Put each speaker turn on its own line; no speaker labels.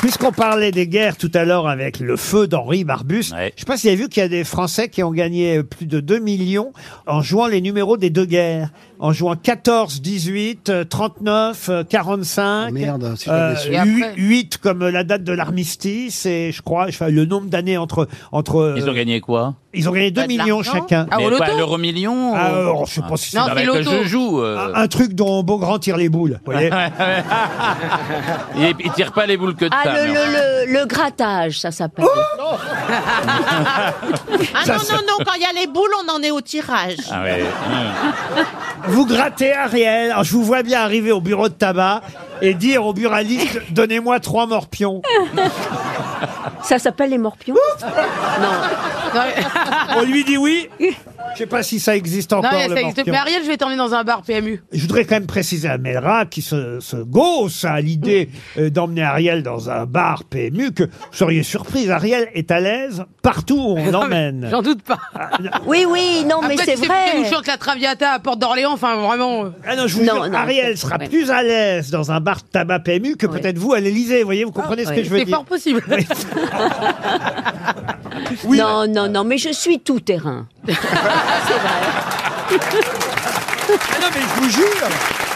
Puisqu'on parlait des guerres tout à l'heure avec le feu d'Henri Barbus, je sais pas si vous avez vu qu'il y a des Français qui ont gagné plus de 2 millions en jouant les numéros des deux guerres. En jouant 14, 18, euh, 39, euh, 45.
Oh, merde,
Euh,
si j'avais su. Et après-
8, comme la date de l'armistice et je crois, enfin, le nombre d'années entre, entre. euh,
Ils ont gagné quoi
Ils ont gagné 2 millions chacun.
Ah.
Mais pas l'euro million
Ah,
euh,
alors, je sais pas si c'est-
Non, mais que je joue. euh,
Un, un truc dont Beaugrand tire les boules. vous voyez.
il, il tire pas les boules que de
Ah,
ça.
le,
merde.
le, le, le grattage, ça s'appelle.
Oh
Ah
Ça,
non, non, non, quand il y a les boules, on en est au tirage.
Ah ouais.
Vous grattez Ariel. Alors, je vous vois bien arriver au bureau de tabac et dire au buraliste Donnez-moi trois morpions.
Ça s'appelle les morpions
Oh
On lui dit oui. Je sais pas si ça existe
Non,
encore.
mais
le
ça existe.
morpion.
Mais Ariel, je vais t'emmener dans un bar PMU.
Je voudrais quand même préciser à Melra, qui se, se gausse à l'idée euh, d'emmener Ariel dans un bar PMU, que vous seriez surprise, Ariel est à l'aise partout où on l'emmène.
J'en doute pas.
Oui, oui, non, mais
Après,
c'est
Ah, bah, tu sais pourquoi
vrai.
nous chante la Traviata à Porte d'Orléans, enfin vraiment. euh.
Ah non, je vous
Non,
jure,
non,
Ariel
c'est-
sera
ouais.
plus à l'aise dans un bar tabac PMU que peut-être vous à l'Elysée. Vous voyez, vous comprenez ce que
ouais.
je veux
Ah, C'est
dire
fort possible.
Oui.
Non, non, non, mais je suis tout terrain.
Ah non, mais je vous jure